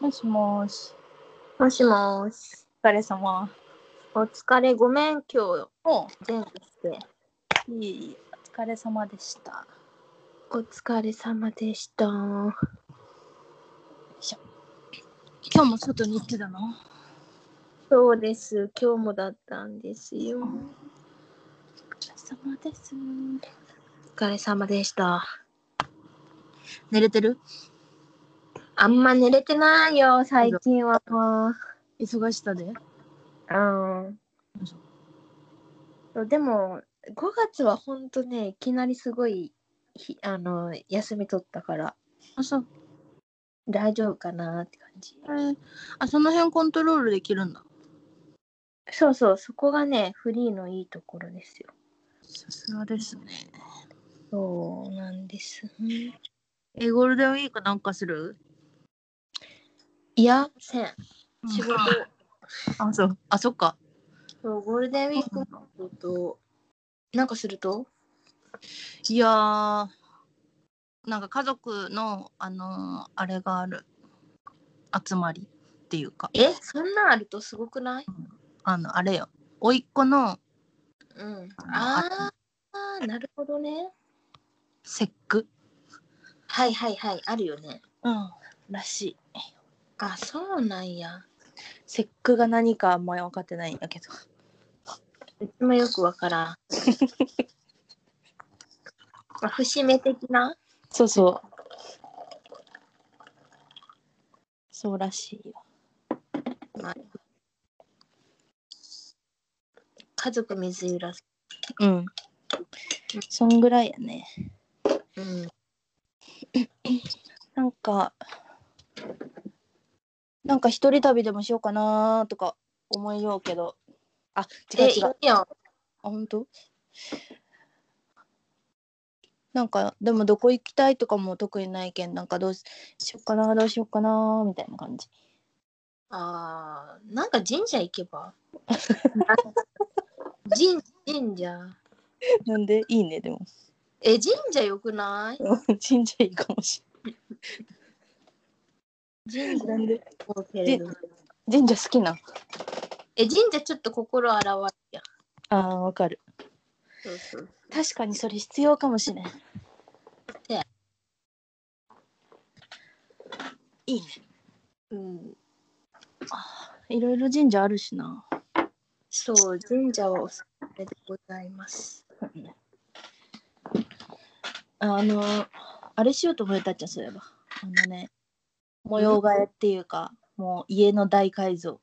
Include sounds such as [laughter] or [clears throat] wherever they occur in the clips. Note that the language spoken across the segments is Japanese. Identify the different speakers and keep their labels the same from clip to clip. Speaker 1: もしもし、
Speaker 2: もしもし。
Speaker 1: お疲れ様。
Speaker 2: お疲れ、ごめん、今日、
Speaker 1: お
Speaker 2: 前後して。
Speaker 1: いえいえ、お疲れ様でした。よ
Speaker 2: お疲れ様でした。
Speaker 1: いしょ今日も外に行ってたの
Speaker 2: そうです、今日もだったんですよ。お
Speaker 1: お疲れ様です。
Speaker 2: 疲れ様でした。
Speaker 1: 寝れてる
Speaker 2: あんま寝れてないよ、最近は。
Speaker 1: 忙しさで
Speaker 2: うん。そうでも、5月はほんとね、いきなりすごい、ひあの、休み取ったから、
Speaker 1: あ、そう。
Speaker 2: 大丈夫かなって感じ。
Speaker 1: えーあ、その辺コントロールできるんだ。
Speaker 2: そうそう、そこがね、フリーのいいところですよ。
Speaker 1: さすがですね。
Speaker 2: そうなんです。
Speaker 1: え、ゴールデンウィークなんかする
Speaker 2: いや、せん。仕事、
Speaker 1: [laughs] あ、そう。あ、そっか。
Speaker 2: そうゴールデンウィークのこと、なんかすると
Speaker 1: いやー、なんか家族の、あのーあれがある。集まりっていうか、
Speaker 2: え、そんなんあるとすごくない
Speaker 1: あの、あれよ。甥っ子の
Speaker 2: うん。
Speaker 1: あ
Speaker 2: あー、なるほどね。
Speaker 1: 節句。
Speaker 2: はいはいはい、あるよね。
Speaker 1: うん。らしい。
Speaker 2: あ、そうなんや。
Speaker 1: 節句が何かあんまり分かってないんだけど。
Speaker 2: うちもよくわからん。まあ節目的な
Speaker 1: そうそう。そうらしいよ。
Speaker 2: 家族水入らず。
Speaker 1: うん。そんぐらいやね。
Speaker 2: うん。
Speaker 1: なんか、なんか一人旅でもしようかなとか思いようけど。あ、違う
Speaker 2: え、い
Speaker 1: 違。
Speaker 2: いう
Speaker 1: あ、
Speaker 2: よ。
Speaker 1: 本当なんか、でもどこ行きたいとかも特にないけん、なんかどうししようかな、どうしようかな、みたいな感じ。
Speaker 2: あー、なんか神社行けば [laughs] 神神社。
Speaker 1: なんで、いいね、でも。
Speaker 2: え、神社よくない
Speaker 1: [laughs] 神社いいかもし
Speaker 2: 神
Speaker 1: れない。なん
Speaker 2: 社
Speaker 1: で
Speaker 2: をけれど。
Speaker 1: 神社好きな
Speaker 2: え、神社ちょっと心洗われるやん。
Speaker 1: あーわかる
Speaker 2: そうそう。
Speaker 1: 確かにそれ必要かもしれん
Speaker 2: ええ
Speaker 1: いいね
Speaker 2: うん。
Speaker 1: いろいろ神社あるしな
Speaker 2: そう、神社はおすすめでございます。
Speaker 1: あのーあれしようと思えたっちゃそういえばあのね模様替えっていうかもう家の大改造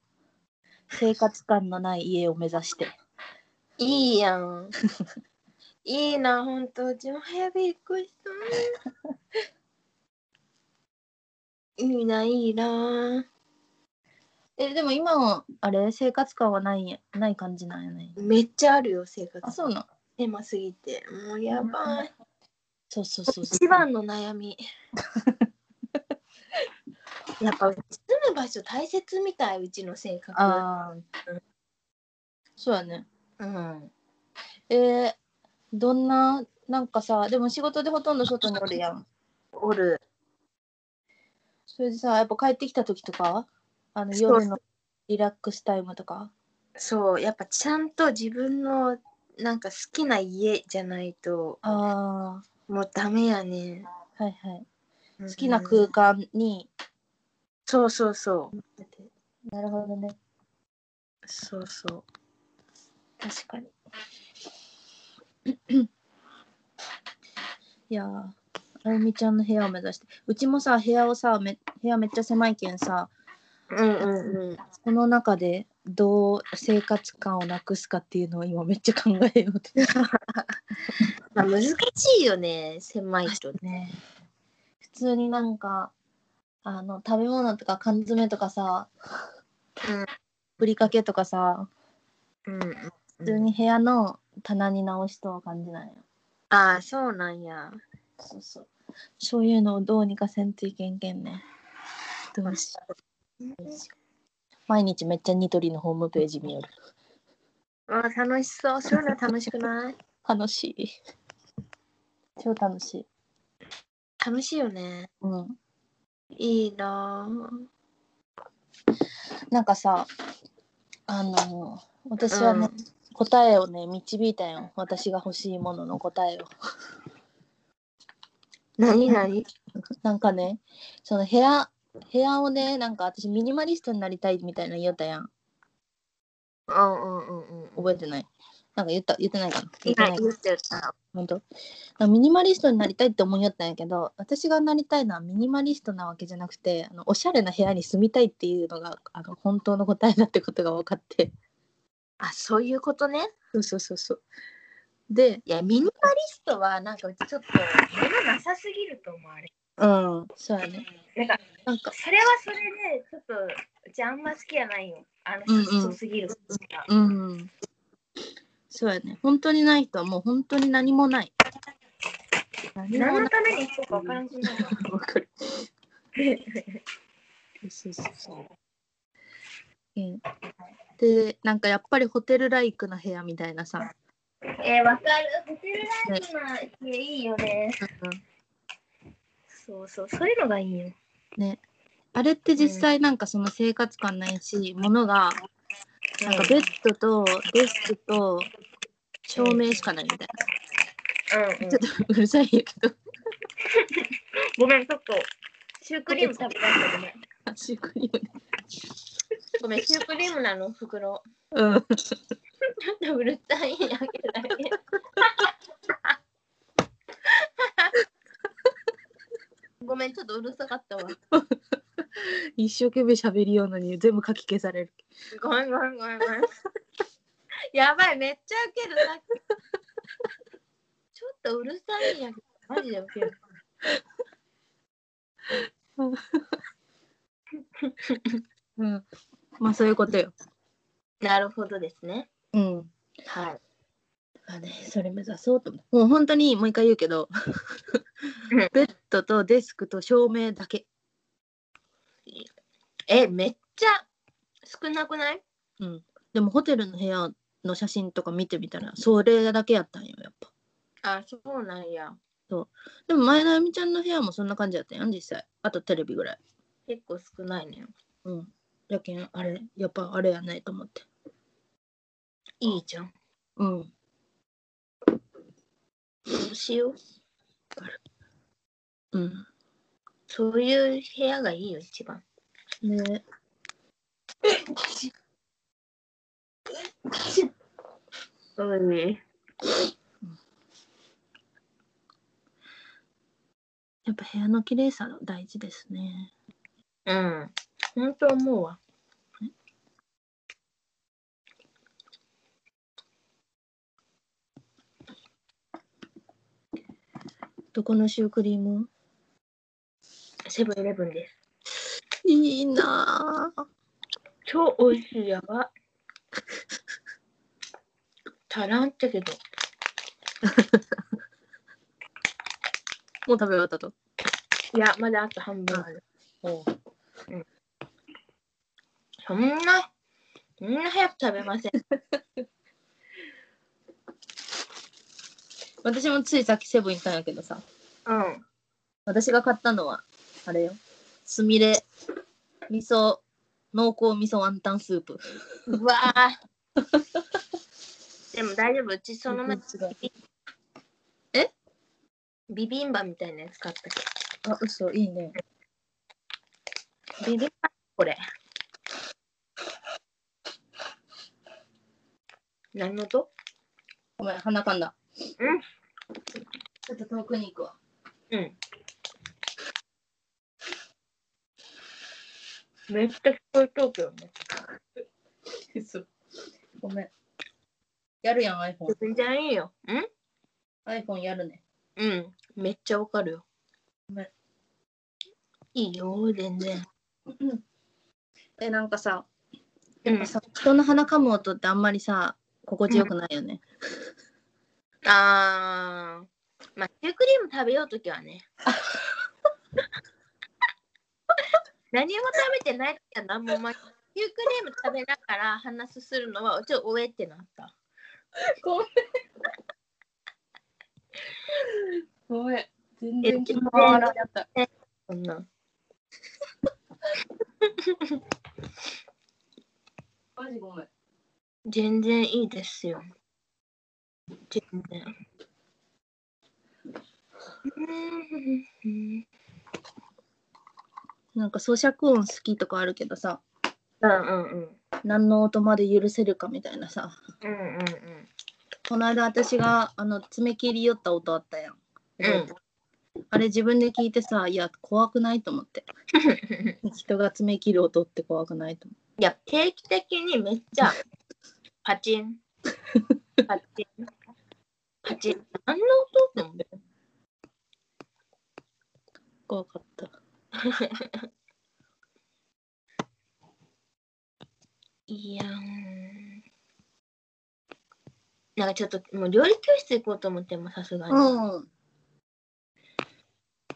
Speaker 1: 生活感のない家を目指して
Speaker 2: いいやん。いいな、ほんと。うちも早く引っ越したい。いいな、いいな。
Speaker 1: えでも今もあれ生活感はないんやない感じなんやね
Speaker 2: めっちゃあるよ、生活。
Speaker 1: あそうなの
Speaker 2: 狭すぎて。もうやばい。
Speaker 1: そうそうそうそう
Speaker 2: 一番の悩み。 [laughs] やっぱ住む場所大切みたい、うちの性格。
Speaker 1: ああそうやね
Speaker 2: うん。
Speaker 1: えー、どんな、なんかさ、でも仕事でほとんど外におるやん。
Speaker 2: おる。
Speaker 1: それでさ、やっぱ帰ってきた時とか、あの
Speaker 2: そう
Speaker 1: 夜のリラックスタイムとか。
Speaker 2: そう、やっぱちゃんと自分のなんか好きな家じゃないと
Speaker 1: あ
Speaker 2: もうダメやね。
Speaker 1: あ、はいはい。
Speaker 2: 好
Speaker 1: 好きな空間に。
Speaker 2: そうそうそう。
Speaker 1: なるほどね。
Speaker 2: そうそう。
Speaker 1: 確かに。いやー。あゆみちゃんの部屋を目指してうちもさ部屋をさめ部屋めっちゃ狭いけんさ
Speaker 2: うんうんうん。
Speaker 1: その中でどう生活感をなくすかっていうのを今めっちゃ考えよう [laughs] と
Speaker 2: まあ、難しいよね、狭いとね。
Speaker 1: 普通になんかあの食べ物とか缶詰とかさ
Speaker 2: うん
Speaker 1: ふりかけとかさ
Speaker 2: うんうん
Speaker 1: 普
Speaker 2: う
Speaker 1: 通
Speaker 2: ん。
Speaker 1: に部屋の棚に直しとは感じないよ、
Speaker 2: ああ、そうなんや。
Speaker 1: そうそうそういうのをどうにかせんといけんけんねどうしよう毎日めっちゃニトリのホームページ見よる
Speaker 2: あー楽しそう。そういうの楽しくない [laughs]
Speaker 1: 楽しい。超楽しい。
Speaker 2: 楽しいよね。
Speaker 1: うん。
Speaker 2: いいなぁ
Speaker 1: なんかさ、あの、私はね、
Speaker 2: うん
Speaker 1: 答えをね、導いたよ。私が欲しいものの答えを。 [laughs]
Speaker 2: 何何
Speaker 1: なんかね、その部屋、部屋をね、なんか私ミニマリストになりたいみたいなの言ったやん。
Speaker 2: うんうんうんうん。
Speaker 1: 覚えてないなんか言った、言ってないかな言って
Speaker 2: 今
Speaker 1: ないか
Speaker 2: 言
Speaker 1: な
Speaker 2: ってた。
Speaker 1: 本当なんかミニマリストになりたいって思いよったんやけど、私がなりたいのはミニマリストなわけじゃなくて、あのおしゃれな部屋に住みたいっていうのがあの本当の答えだってことが分かって。
Speaker 2: あ、そういうことね。
Speaker 1: そうそうそうそう。で、
Speaker 2: いや、ミニマリストはなんかうちちょっと物なさすぎると思われ
Speaker 1: うん、そうやね。
Speaker 2: なんか、
Speaker 1: なんか、
Speaker 2: それはそれで、ちょっと、うちあんま好きやないよ。あの、
Speaker 1: うんうん
Speaker 2: そうすぎることが。
Speaker 1: うん。そうやね。本当にない人はもう本当に何もない。何も
Speaker 2: 何
Speaker 1: な
Speaker 2: のために行こうか分からんくなるわ。
Speaker 1: い。わかる。そうそうそう。えで、なんかやっぱりホテルライクな部屋みたいなさ。
Speaker 2: えー、わかる。ホテルライフな家いいよね。そうそう、そういうのがいいよ。
Speaker 1: ね。あれって実際なんかその生活感ないし、物が、なんかベッドとデスクと照明しかないみたい
Speaker 2: う
Speaker 1: な。 [laughs]
Speaker 2: ん、うん
Speaker 1: ちょっとうるさいんやけど。
Speaker 2: ごめん、ちょっと、シュークリーム食べたんだけどね。
Speaker 1: あシュークリームね
Speaker 2: ごめん、シュークリームなの、袋。
Speaker 1: うん。
Speaker 2: ちょっとうるさいんやけどね。ごめん、ちょっとうるさかったわ。
Speaker 1: 一生懸命喋りようのに全部書き消される。
Speaker 2: ごめんごめんごめんごめん。 [laughs] やばい、めっちゃウケる。さっき [laughs] ちょっとうるさいんやけど、マジでウケる。
Speaker 1: うん。まあそういうことよ。
Speaker 2: なるほどですね。
Speaker 1: うん。
Speaker 2: はい。
Speaker 1: まあね、それ目指そうと思う。もう本当にもう一回言うけど、ベッドとデスクと照明だけ。
Speaker 2: え、めっちゃ少なくない
Speaker 1: うん。でもホテルの部屋の写真とか見てみたら、それだけやったんよ、やっぱ。
Speaker 2: あ、そうなんや。
Speaker 1: でも前田由美ちゃんの部屋もそんな感じやったやん、実際。あとテレビぐらい。
Speaker 2: 結構少ないね。
Speaker 1: うん。やけん、あれ、やっぱあれやないと思って。
Speaker 2: いいじゃん。
Speaker 1: うん。
Speaker 2: そうしよう。
Speaker 1: うん。
Speaker 2: そういう部屋がいいよ、一番。
Speaker 1: ね
Speaker 2: うん。
Speaker 1: やっぱ部屋の綺麗さ大事ですね。
Speaker 2: うん。本当思うわ。
Speaker 1: どこのシュークリーム
Speaker 2: セブンイレブンです。
Speaker 1: いいなぁ。
Speaker 2: 超美味しい、やば。 [laughs] 足らんってけど。
Speaker 1: もう食べ終わったと。
Speaker 2: いや、まだあと半分ある。そんな、そんな早く食べません。
Speaker 1: 私もついさっきセブン行ったんやけどさ、
Speaker 2: うん。
Speaker 1: 私が買ったのは、あれよ。すみれ、味噌、濃厚味噌ワンタンスープ。
Speaker 2: うわぁ。 [laughs] でも大丈夫、うちその前
Speaker 1: 違う。
Speaker 2: ビビンバみたいなやつ買ったけ
Speaker 1: あ、嘘、いいね。
Speaker 2: ど。ビビンバこれ。何の音
Speaker 1: ごめん、鼻かんだ。
Speaker 2: うん
Speaker 1: ちょっと遠くに行くわ。 [laughs]
Speaker 2: うん。めっちゃ聞こえとうけどね。
Speaker 1: ごめん。やるやん、iPhone。
Speaker 2: 全然いいよ。ん
Speaker 1: iPhone やるね。
Speaker 2: うん。めっちゃわかるよ。
Speaker 1: ごめん
Speaker 2: いいよ、全然。
Speaker 1: え、なんかさ、
Speaker 2: う
Speaker 1: やっぱさ、人の鼻かむ音ってあんまりさ、心地よくないよね。
Speaker 2: あー。まあ、シュークリーム食べようときはね。何も食べてないときは何もまあシュークリーム食べながら話すするのは、ちょっとおえってなった。ごめん。ごめん。全
Speaker 1: え
Speaker 2: 然気も回らなかった。
Speaker 1: そんな。
Speaker 2: マジごめん。
Speaker 1: 全然いいですよ。全然。
Speaker 2: うん
Speaker 1: なんか咀嚼音好きとかあるけどさ、
Speaker 2: うんうん。
Speaker 1: 何の音まで許せるかみたいなさ。
Speaker 2: うんうんうん。
Speaker 1: この間私があの爪切り寄った音あったやん。
Speaker 2: うん
Speaker 1: あれ自分で聞いてさ、いや、怖くないと思って。人が爪切る音って怖くないと思って。
Speaker 2: いや、定期的にめっちゃ、パチン、パチン、パチン。何の音って思って
Speaker 1: 怖かった。
Speaker 2: いやーんなんかちょっともう料理教室行こうと思ってもさすがに、
Speaker 1: うん。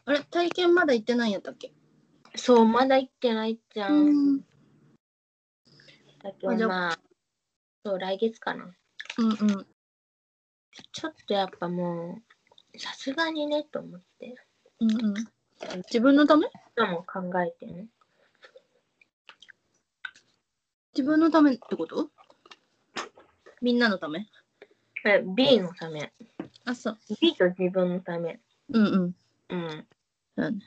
Speaker 1: あれ、体験まだ行ってないんやったっけ
Speaker 2: そうまだ行ってないじゃん、
Speaker 1: うん。
Speaker 2: だけどまあそう来月かな
Speaker 1: うんうん。
Speaker 2: ちょっとやっぱもうさすがにねと思って
Speaker 1: うんうん。自分のため
Speaker 2: 今も考えてね
Speaker 1: 自分のためってことみんなのため
Speaker 2: え B のため
Speaker 1: あ、そう。
Speaker 2: B と自分のため
Speaker 1: うんうん。
Speaker 2: うん
Speaker 1: そうね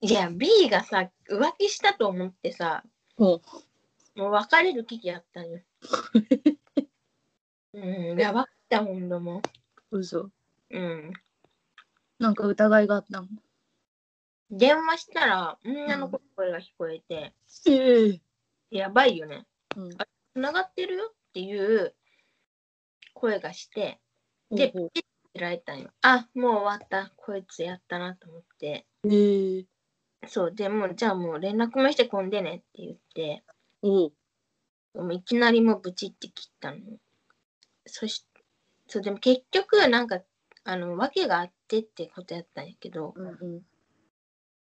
Speaker 2: いや B がさ浮気したと思ってさ
Speaker 1: ほ
Speaker 2: もう別れる危機やったんようんやばかったほんとも
Speaker 1: う。嘘。
Speaker 2: ううん
Speaker 1: なんか疑いがあったの。
Speaker 2: 電話したら女の子の声が聞こえて、
Speaker 1: ええ
Speaker 2: やばいよね
Speaker 1: うん。
Speaker 2: つながってるよっていう声がして
Speaker 1: で
Speaker 2: で、切られたんよあもう終わったこいつやったなと思って
Speaker 1: ええ
Speaker 2: そうでもうじゃあもう連絡もしてこんでねって言って
Speaker 1: おう。
Speaker 2: もういきなりもうブチって切ったのそしそうでも結局なんかあの訳があってってことやったんやけど
Speaker 1: うんうん。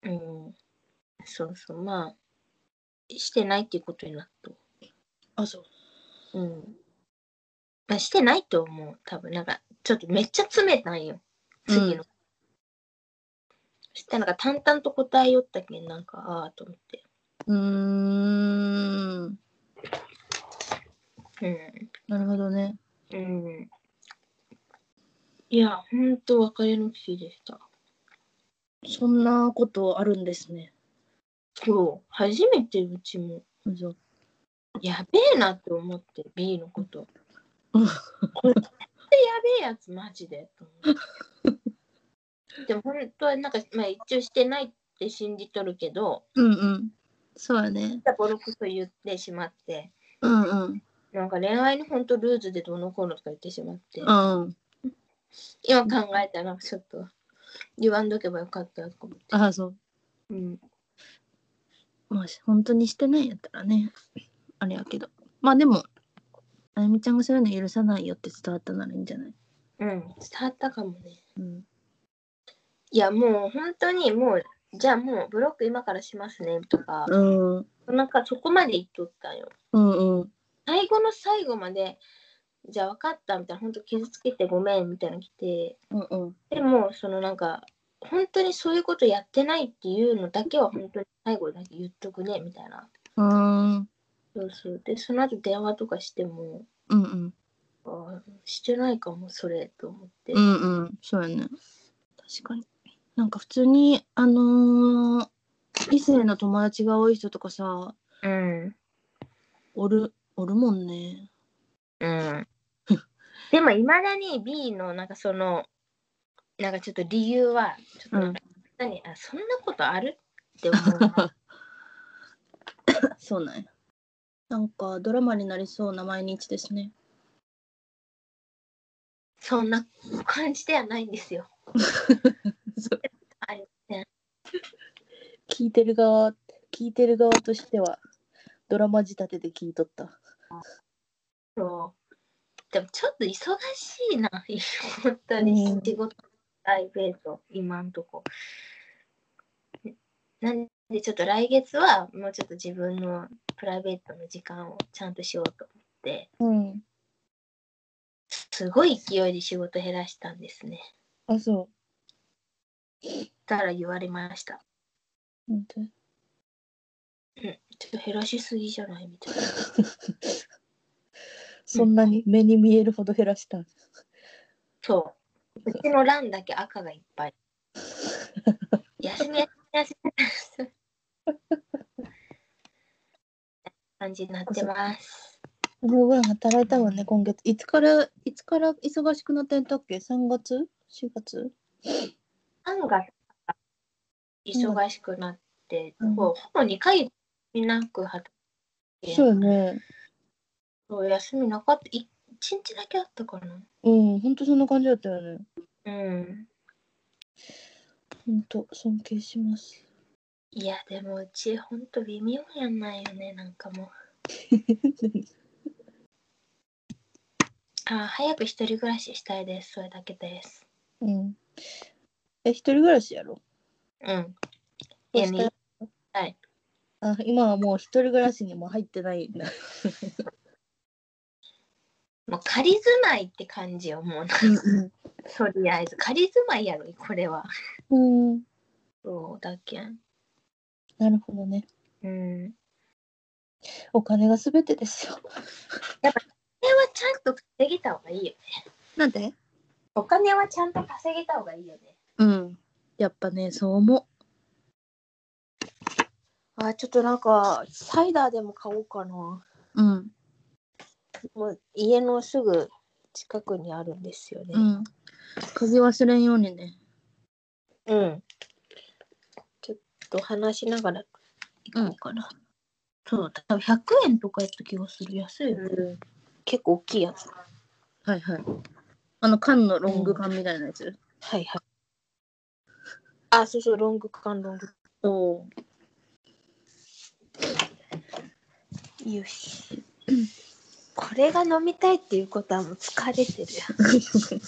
Speaker 2: うんそうそうまあしてないっていうことになった
Speaker 1: あ、そう。
Speaker 2: うん。まあ、してないと思う。多分なんか、ちょっとめっちゃ詰めたんよ。
Speaker 1: うん
Speaker 2: 次の。そしたらなんか淡々と答えよったけん、なんか、ああ、と思って。
Speaker 1: うーん。なるほどね。
Speaker 2: うん。うん。いや、ほんと別れの危機でした。
Speaker 1: そんなことあるんですね。
Speaker 2: 今日、初めてうちも、
Speaker 1: 嘘。
Speaker 2: やべえなって思って、B のこと。
Speaker 1: うん
Speaker 2: これ、絶対やべえやつ、マジで。と思ってでも、本当はなんか、まあ、一応してないって信じとるけど、
Speaker 1: うんうん。そうやね。
Speaker 2: ボロクソ言ってしまって
Speaker 1: うんうん。
Speaker 2: なんか恋愛の本当ルーズでどうのこうのとか言ってしまって、
Speaker 1: うん。
Speaker 2: 今考えたらちょっと言わんどけばよかったと思って、
Speaker 1: あ、そう。
Speaker 2: うん、
Speaker 1: まあ、本当にしてないんやったらね。あれやけど。まあでも、あゆみちゃんがそういうの許さないよって伝わったならいいんじゃない
Speaker 2: うん、伝わったかもね
Speaker 1: うん。
Speaker 2: いやもう本当にもうじゃあもうブロック今からしますねとか、
Speaker 1: うん。
Speaker 2: なんかそこまで言っとったんよ
Speaker 1: うんうん。
Speaker 2: 最後の最後までじゃあ分かったみたいな本当傷つけてごめんみたいなの来て
Speaker 1: うんうん。
Speaker 2: でもそのなんか本当にそういうことやってないっていうのだけは本当に最後だけ言っとくねみたいな
Speaker 1: うん
Speaker 2: そうそう。で、その後電話とかしても、
Speaker 1: うん。
Speaker 2: あーしてないかも、それ、と思って。
Speaker 1: うんうん。そうやね。確かに。なんか普通に、あのー異性の友達が多い人とかさ、
Speaker 2: うん。
Speaker 1: おる、おるもんね。
Speaker 2: うん。でも、いまだに B の、なんかその、なんかちょっと理由は、ちょっとなんか、何あ、そんなことあるって思うな。
Speaker 1: [laughs] そうなんや。なんかドラマになりそうな毎日ですね。
Speaker 2: そんな感じではないんですよ。あれね
Speaker 1: 聞いてる側、聞いてる側としては、ドラマ仕立てで聞いとった。
Speaker 2: そう。でも、ちょっと忙しいな、本当に。
Speaker 1: うん
Speaker 2: 仕事、プライベート、今んとこ。なんで、ちょっと来月は、もうちょっと自分のプライベートの時間をちゃんとしようと思って、
Speaker 1: うん。
Speaker 2: すごい勢いで仕事減らしたんですね。
Speaker 1: あ、そ
Speaker 2: たら言われました。
Speaker 1: う。本当
Speaker 2: ちょっと減らしすぎじゃないみたいな。
Speaker 1: そんなに目に見えるほど減らした。
Speaker 2: そう。うちの欄だけ赤がいっぱい。休み休み休み。感じになってます。
Speaker 1: すごい働いたわね、今月。いつから、いつから忙しくなってんだっけ ?3 月 ?4 月
Speaker 2: 案が忙しくなって、
Speaker 1: うん
Speaker 2: ほぼほぼ2回なく働いて、
Speaker 1: そうよね。
Speaker 2: そう休みなかった。1日だけあったかな。
Speaker 1: うん、ほんとそんな感じだったよね。
Speaker 2: うん。
Speaker 1: ほんと、尊敬します。 [laughs]
Speaker 2: いや、でもうちほんと微妙やんないよね、なんかもう。あ早く一人暮らししたいです。それだけです。
Speaker 1: うん。え、一人暮らしやろ
Speaker 2: うん。家にはい。
Speaker 1: あ今はもう一人暮らしにも入ってないんだ。
Speaker 2: もう仮住まいって感じよ、もう。 [laughs] とりあえず。仮住まいやろ、これは。
Speaker 1: うん。
Speaker 2: そうだけん。
Speaker 1: なるほどね。
Speaker 2: うん。こ
Speaker 1: お金が全てですよ。
Speaker 2: れはちゃんと稼ぎた方がいいよ。
Speaker 1: なんで
Speaker 2: お金はちゃんと稼げた方がいいよね。
Speaker 1: うん。やっぱね、そう思
Speaker 2: あちょっとなんか、サイダーでも買おうかな。も
Speaker 1: う。うん。
Speaker 2: う家のすぐ近くにあるんですよね。
Speaker 1: うん。風忘れんようにね。
Speaker 2: うん。ちょっと話しながら行こうかな。
Speaker 1: そう、多分100円とかやった気がする。安いよね。
Speaker 2: うん、結構大きいやつ。
Speaker 1: はいはい。あの缶のロング缶みたいなやつ。
Speaker 2: はいはい。あ、そうそう、ロング缶、ロング
Speaker 1: おお。
Speaker 2: 缶。よし。これが飲みたいっていうことはもう疲れてるやん。
Speaker 1: [laughs]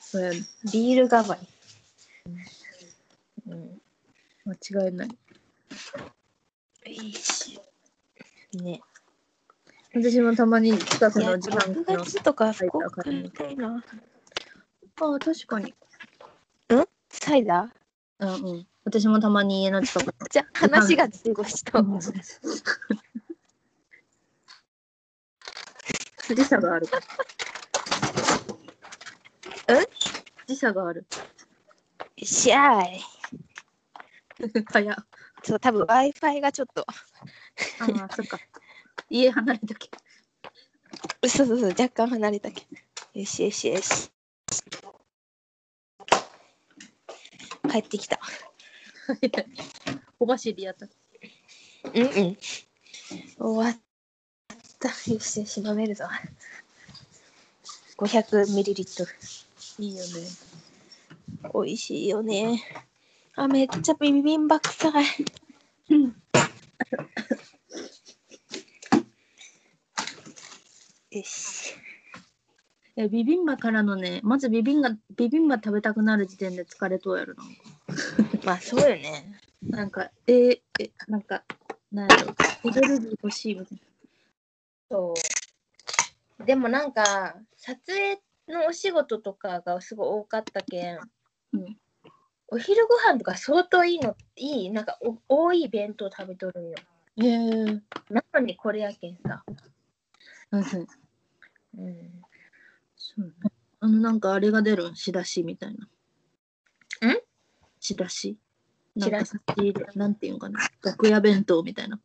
Speaker 1: そうやね。
Speaker 2: ビール代わり。うん。
Speaker 1: 間違いない。
Speaker 2: いいし。ね。
Speaker 1: 私もたまに近く
Speaker 2: いや、
Speaker 1: の自販
Speaker 2: 6
Speaker 1: 機の。
Speaker 2: 月とか福岡みたいな。
Speaker 1: ああ、確かに。
Speaker 2: サイダー
Speaker 1: あうん。私もたまに家の近く
Speaker 2: じゃあ話が前後した。
Speaker 1: の。 [laughs] 時差があるから。
Speaker 2: え
Speaker 1: 時差 [laughs] がある。
Speaker 2: しゃーい。
Speaker 1: 早っ。
Speaker 2: そう、多分 Wi-Fi がちょっと。
Speaker 1: ああ、そっか。家離れたけど。
Speaker 2: そうそうそう、若干離れたけど。よしよしよし。帰ってきた。
Speaker 1: 小走りやった。
Speaker 2: うんうん。終わった。よしよし、飲めるぞ。500ml。
Speaker 1: いいよね。
Speaker 2: 美味しいよね。あ、めっちゃビビンバ臭い。よし。
Speaker 1: え、ビビンバからのね、まずビビンバ、ビビンバ食べたくなる時点で疲れとうやるな。
Speaker 2: まあ、そうよね。
Speaker 1: なんか、えー、え、なんか、なんやろ、エネルギー欲しいみたい
Speaker 2: そう。でもなんか、撮影のお仕事とかがすごい多かったけん、
Speaker 1: な。うん。
Speaker 2: お昼ご飯とか相当いいの、いい、なんかお多い弁当食べとるんよ。
Speaker 1: えー、
Speaker 2: なのにこれやけんさ。
Speaker 1: うんうん。
Speaker 2: うん。
Speaker 1: そうね。あの、なんかあれが出るん、仕出しみたいな。
Speaker 2: ん
Speaker 1: 仕出しな
Speaker 2: 仕
Speaker 1: ん
Speaker 2: 出
Speaker 1: か
Speaker 2: し
Speaker 1: 差し入れ、なんていうんかな。楽屋弁当みたいな。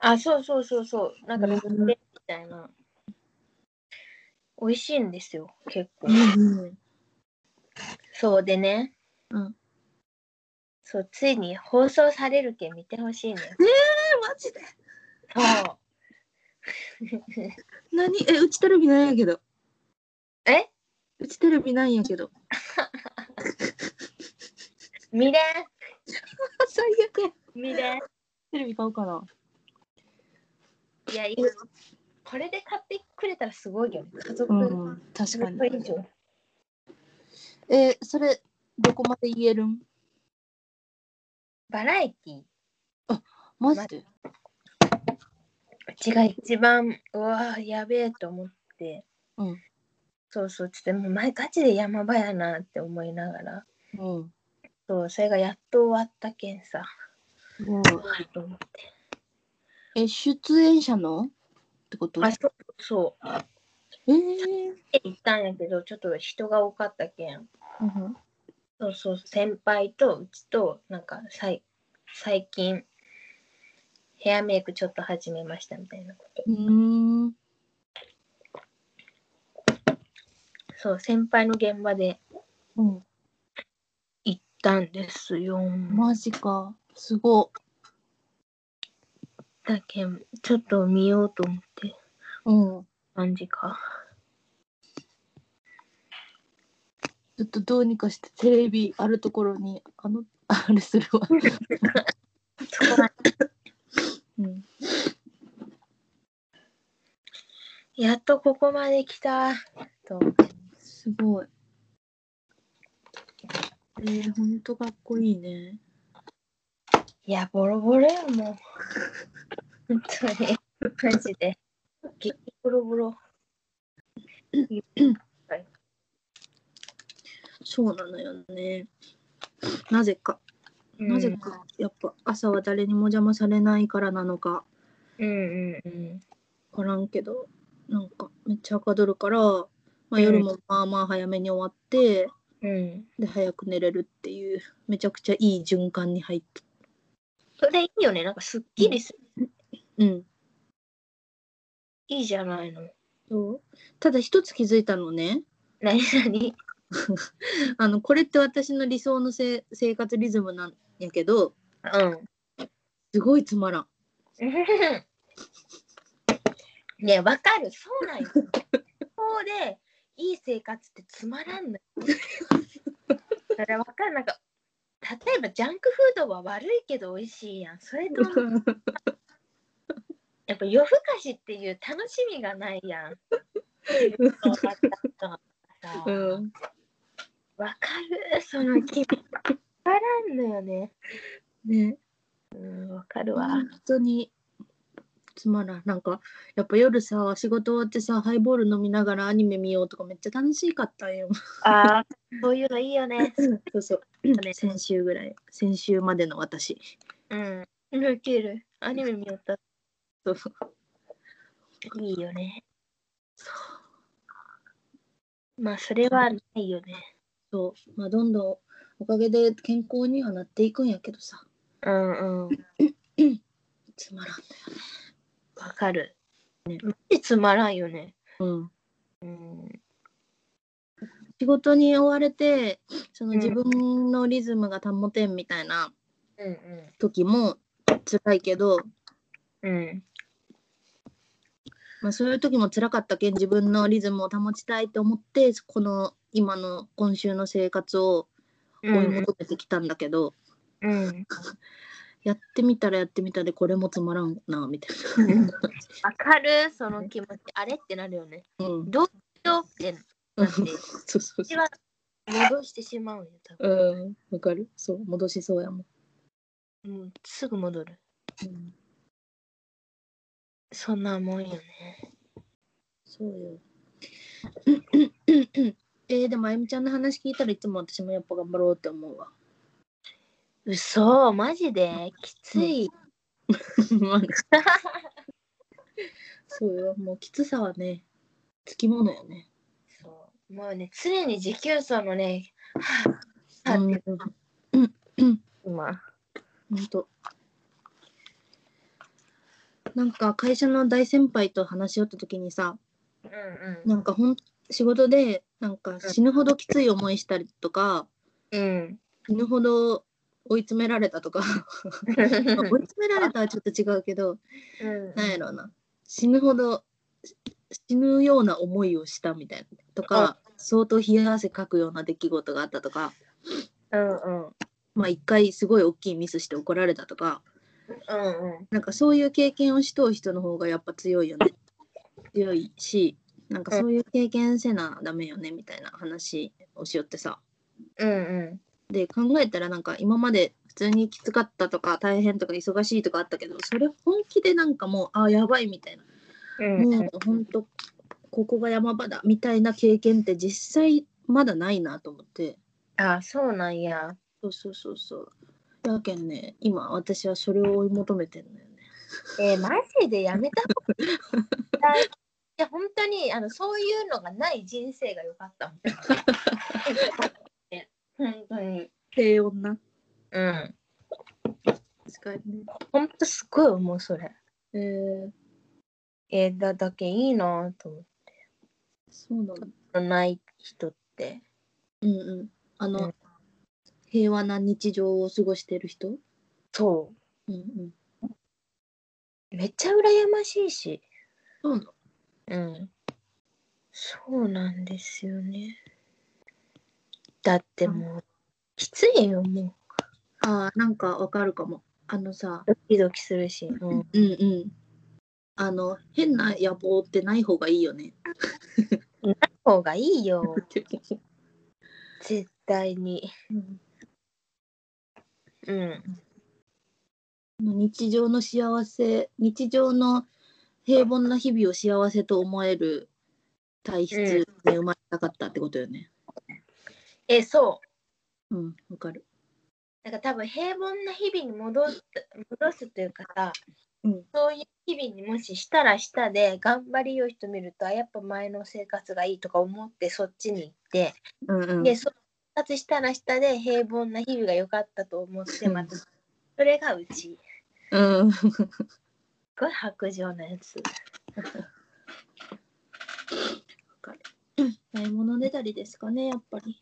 Speaker 2: あ、そうそうそうそう。なんか
Speaker 1: うん
Speaker 2: ラテみたいな。美味しいんですよ、結構。
Speaker 1: ん。
Speaker 2: そうでね。
Speaker 1: うん。
Speaker 2: そう、ついに放送されるけん見てほしいね。
Speaker 1: え、マジで
Speaker 2: そう。 [laughs]
Speaker 1: 何え、うちテレビないんやけど。
Speaker 2: え
Speaker 1: うちテレビないんやけど。
Speaker 2: 見れん
Speaker 1: [laughs] 最悪や。
Speaker 2: 見れん
Speaker 1: テレビ買うかな。
Speaker 2: いや、いいよこれで買ってくれたらすごいよね。家族
Speaker 1: うん、確か
Speaker 2: 分以
Speaker 1: に。
Speaker 2: 上。
Speaker 1: え、それ、どこまで言えるん
Speaker 2: バラエティ
Speaker 1: マジで
Speaker 2: うちが一番、うわーやべえと思って、
Speaker 1: うん
Speaker 2: そうそうちょっともう前ガチで山場やなって思いながら
Speaker 1: うん。
Speaker 2: そうそれがやっと終わったけんさ
Speaker 1: もう
Speaker 2: と思って
Speaker 1: え、出演者のってこと
Speaker 2: あそうそう
Speaker 1: えー
Speaker 2: で行ったんやけどちょっと人が多かったけ
Speaker 1: う
Speaker 2: ん
Speaker 1: ん
Speaker 2: そうそう先輩とうちとなんかさい最近ヘアメイクちょっと始めましたみたいなこと
Speaker 1: うん。うーん。
Speaker 2: そう先輩の現場で
Speaker 1: うん。
Speaker 2: 行ったんですよ
Speaker 1: マジか。すご
Speaker 2: だけんちょっと見ようと思って
Speaker 1: い。うん。
Speaker 2: 感じか
Speaker 1: ちょっとどうにかしてテレビあるところに、あの、 [laughs] あれするわ。
Speaker 2: そこら
Speaker 1: うん。
Speaker 2: [laughs] やっとここまで来たと
Speaker 1: すごい。えー、ほんとかっこいいね。
Speaker 2: いやボロボロやもう本当にマジで激ボロボロ
Speaker 1: そうなのよね。なぜか。なぜか、やっぱ朝は誰にも邪魔されないからなのか
Speaker 2: うんうんうん
Speaker 1: わからんけどなんかめっちゃはかどるから、ま
Speaker 2: う
Speaker 1: あ、
Speaker 2: ん
Speaker 1: 夜もまあまあ早めに終わって
Speaker 2: うん
Speaker 1: で早く寝れるっていうめちゃくちゃいい循環に入った
Speaker 2: それいいよねなんかすっきりする、
Speaker 1: うん
Speaker 2: いいじゃないの
Speaker 1: そうただ一つ気づいたのね
Speaker 2: 何何
Speaker 1: あのこれって私の理想のせ生活リズムなんやけど
Speaker 2: 々
Speaker 1: すごいつまらん
Speaker 2: うんねわかるそうなんよこうでいい生活ってつまらんのよだからわかるなんか例えばジャンクフードは悪いけど美味しいやんそれとやっぱ夜更かしっていう楽しみがないやん。わか
Speaker 1: う
Speaker 2: る
Speaker 1: ん
Speaker 2: その気持ち。わからんのよね。
Speaker 1: ね
Speaker 2: うん、わかるわ
Speaker 1: 本。当につまらんなんかやっぱ夜さ仕事終わってさハイボール飲みながらアニメ見ようとかめっちゃ楽しかったんよ
Speaker 2: ああ、そういうのいいよね。
Speaker 1: [laughs] そうそう
Speaker 2: ね
Speaker 1: 先週ぐらい先週までの私
Speaker 2: うん。ウケる。アニメ見よった。
Speaker 1: そうそう
Speaker 2: いいよね。まあ、それはないよね。
Speaker 1: そうまあどんどんおかげで健康にはなっていくんやけどさ
Speaker 2: うんうん。
Speaker 1: つまらん
Speaker 2: わかる。マジつまらんよね。
Speaker 1: うん
Speaker 2: うん。
Speaker 1: 仕事に追われてその
Speaker 2: うん
Speaker 1: 自分のリズムが保てんみたいな
Speaker 2: うん
Speaker 1: 時も辛いけど、
Speaker 2: うん。うん。
Speaker 1: まあ、そういう時も辛かったけん自分のリズムを保ちたいと思ってこの今の今週の生活を追い求めてきたんだけど、
Speaker 2: うん。
Speaker 1: やってみたらやってみたでこれもつまらんなみたい
Speaker 2: わかるその気持ち。あれってなるよね。
Speaker 1: な。うん、
Speaker 2: どうしようってなって、
Speaker 1: そうそう
Speaker 2: 私
Speaker 1: そう。
Speaker 2: は戻してしまうんよ、多分。
Speaker 1: うん、わかるそう、戻しそうやもん。
Speaker 2: もうすぐ戻る。
Speaker 1: うん、
Speaker 2: そんなもんよね。
Speaker 1: そうよ。 [coughs] えー、でもあゆみちゃんの話聞いたらいつも私もやっぱ頑張ろうって思うわ。
Speaker 2: 嘘マジできつい。
Speaker 1: [laughs] そうよ、もうきつさはね、つきものよね。
Speaker 2: そうもうね、常に持久走の [laughs] ね、は
Speaker 1: う
Speaker 2: ぁ、はぁ
Speaker 1: ん
Speaker 2: って、今。
Speaker 1: ほんと。なんか会社の大先輩と話し合った時にさ、
Speaker 2: うん
Speaker 1: なんかほん仕事でなんか死ぬほどきつい思いしたりとか
Speaker 2: [laughs] うん。
Speaker 1: 死ぬほど追い詰められたとかまあ追い詰められたはちょっと違うけど
Speaker 2: うん。
Speaker 1: なんやろうな死ぬほどし死ぬような思いをしたみたいなとか相当冷や汗かくような出来事があったとか
Speaker 2: うんうん。
Speaker 1: まあ一回すごい大きいミスして怒られたとか
Speaker 2: うんうん。
Speaker 1: なんかそういう経験をしとう人の方がやっぱ強いよね強いしなんかそういう経験せなダメよねみたいな話をしよってさ。
Speaker 2: うんうん。
Speaker 1: で考えたらなんか今まで普通にきつかったとか大変とか忙しいとかあったけどそれ本気でなんかもうあーやばいみたいな、
Speaker 2: うんうん
Speaker 1: もうほんとここが山場だみたいな経験って実際まだないなと思って
Speaker 2: あそうなんや。
Speaker 1: そうそうそうそうやけんね今私はそれを追い求めてんのよね
Speaker 2: えーマジでやめた方がい [laughs] い。いや本当にあのそういうのがない人生が良かったもん。 [laughs] 本当に。
Speaker 1: 平穏な
Speaker 2: うん。
Speaker 1: 使いね
Speaker 2: 本当すごい思うそれ。
Speaker 1: えー、
Speaker 2: えー、だだけいいなと思
Speaker 1: そうなの
Speaker 2: う。ない人って。
Speaker 1: うんうんあの、
Speaker 2: うん
Speaker 1: 平和な日常を過ごしてる人
Speaker 2: そ
Speaker 1: うんうん
Speaker 2: う。めっちゃ羨ましいし。
Speaker 1: そうなの
Speaker 2: うん。そうなんですよね。だってもう、きついよ、もう。
Speaker 1: あーなんかわかるかもあのさ
Speaker 2: ドキドキするし。うん。
Speaker 1: うんうんあの変な野望ってない方がいいよ [laughs] ね
Speaker 2: 方がいいよ、 [laughs] 絶対に。
Speaker 1: うん
Speaker 2: うん。
Speaker 1: 日常の幸せ日常の平凡な日々を幸せと思える体質に生まれたかったってことよね。
Speaker 2: え、そ
Speaker 1: うん、わ、かる。
Speaker 2: う。なんか多分平凡な日々に戻す戻すというかさ、
Speaker 1: うん
Speaker 2: そういう日々にもししたらしたで頑張りよい人見るとあやっぱ前の生活がいいとか思ってそっちに行って、
Speaker 1: うんうん。
Speaker 2: で、その生活したらしたで平凡な日々が良かったと思って、ま [laughs] た、それがうち。
Speaker 1: うん、
Speaker 2: すごい白状なやつ。
Speaker 1: 買い物ねだりですかね、やっぱり。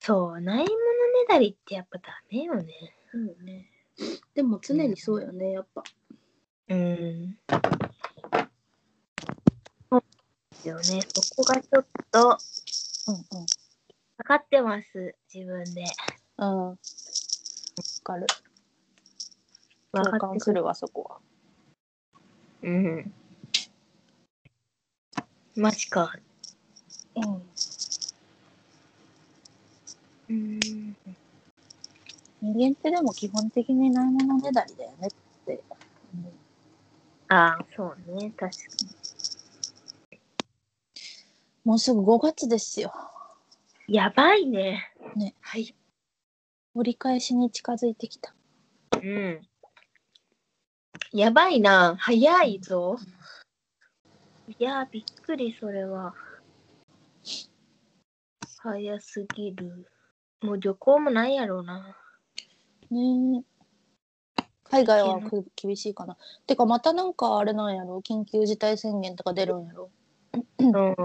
Speaker 2: そう、ないものねだりってやっぱダメよね。
Speaker 1: うんね。でも常にそうよね、やっぱ。
Speaker 2: うん。そうですよね。そこがちょっと、
Speaker 1: う
Speaker 2: かかってます。自分で。
Speaker 1: んうん。うん。わかる。
Speaker 2: わかってくる。
Speaker 1: るわ、そこは。
Speaker 2: うん。マジか。
Speaker 1: うん。
Speaker 2: うん。
Speaker 1: 人間ってでも基本的にないものねだりだよねって。
Speaker 2: ああ、そうね。確か
Speaker 1: もうすぐ5月ですよ。
Speaker 2: に。やばいね。
Speaker 1: ね。
Speaker 2: はい。
Speaker 1: 折り返しに近づいてきた。
Speaker 2: うん。やばいな。早いぞ。いやー、びっくり、それは。早すぎる。もう旅行もないやろうな。
Speaker 1: ねえ海外はく厳しいかな。てかまたなんかあれなんやろ緊急事態宣言とか出るんやろ
Speaker 2: うん。大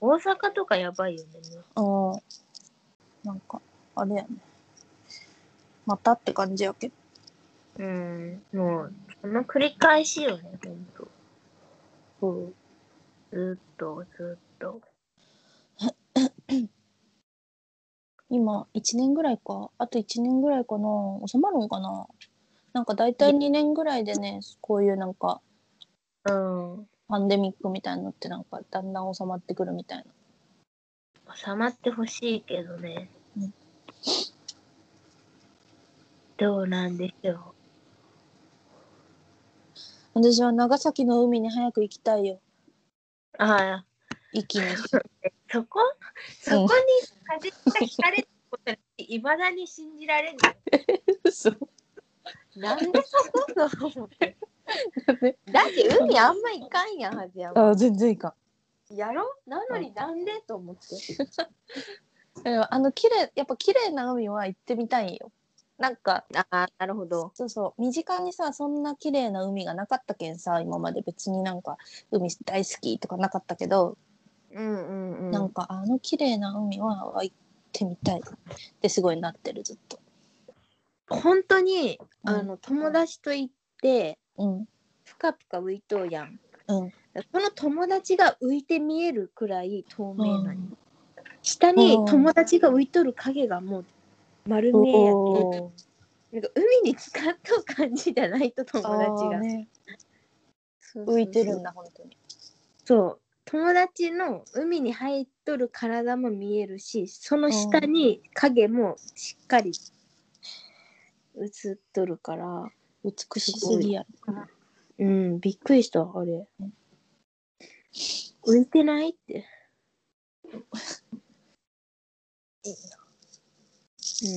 Speaker 2: 阪とかやばいよね。
Speaker 1: うん。なんかあれやね。またって感じやけど。
Speaker 2: うん。もう、その繰り返しよね、ほんと。
Speaker 1: うん、
Speaker 2: ずっと、ずっと。
Speaker 1: 今1年ぐらいかあと1年ぐらいかな収まるんかななんか大体2年ぐらいでねこういうなんか
Speaker 2: うん。
Speaker 1: パンデミックみたいなのってなんかだんだん収まってくるみたいな。
Speaker 2: 収まってほしいけどね
Speaker 1: うん。
Speaker 2: どうなんでしょう。
Speaker 1: 私は長崎の海に早く行きたいよ。
Speaker 2: ああ、
Speaker 1: 一気に。
Speaker 2: そこそこに風が引かれることっていまだに信じられない。
Speaker 1: 嘘
Speaker 2: なんでそこだと思って。だって海あんま行かんやんはずやも
Speaker 1: あ全然いかん。
Speaker 2: ん。やろなのになんでと思って。
Speaker 1: でもあの綺麗やっぱ綺麗な海は行ってみたいよなんか
Speaker 2: [laughs] ああ、なるほど。
Speaker 1: そうそう身近にさそんな綺麗な海がなかったけんさ今まで別になんか海大好きとかなかったけど、
Speaker 2: うんうんうん。
Speaker 1: なんかあの綺麗な海はは行ってみたいってすごいなってるずっと
Speaker 2: 本当に、
Speaker 1: うん
Speaker 2: あの友達と行って
Speaker 1: うん
Speaker 2: ぷかぷか浮いとうやん。
Speaker 1: うん
Speaker 2: この友達が浮いて見えるくらい透明な、、
Speaker 1: うん
Speaker 2: 下に友達が浮いとる影がもう丸見えやけん
Speaker 1: お
Speaker 2: なんか海に浸かっとう感じじゃないと友達
Speaker 1: 友
Speaker 2: が、
Speaker 1: 達ね、
Speaker 2: そうそうそう
Speaker 1: 浮いてるんだ本当に
Speaker 2: そう友達の海に入っとる体も見えるしその下に影もしっかり映っとるから
Speaker 1: 美しすぎや
Speaker 2: うんびっくりしたあれ浮いてないって。うん。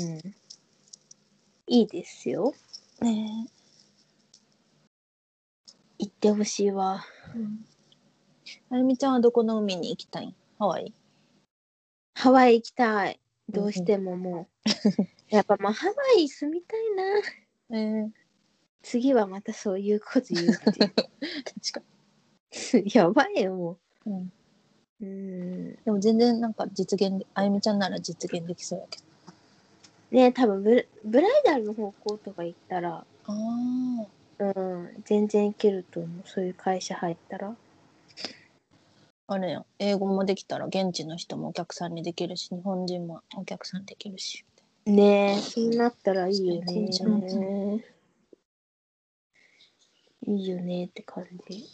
Speaker 2: いいですよ。
Speaker 1: ねえ行ってほしいわ、あゆみちゃんはどこの海に行きたいハワイ
Speaker 2: ハワイ行きたい。どうしてももう。やっぱまあハワイ住みたいな。
Speaker 1: ええ
Speaker 2: 次はまたそういうこと言うっていう。
Speaker 1: 確か
Speaker 2: [laughs] やばいよ、も
Speaker 1: に、うん、
Speaker 2: う。うん。
Speaker 1: でも全然なんか実現であゆみちゃんなら実現できそうやけど
Speaker 2: ね多分ブラブライダルの方向とか行ったら、
Speaker 1: ああ
Speaker 2: うん、全然いけると思う。そういう会社入ったら。
Speaker 1: あれやん英語もできたら現地の人もお客さんにできるし日本人もお客さんできるし
Speaker 2: ねえ、そうなったらいいよ
Speaker 1: 最高
Speaker 2: ね
Speaker 1: じゃん。
Speaker 2: いいよねって感じ。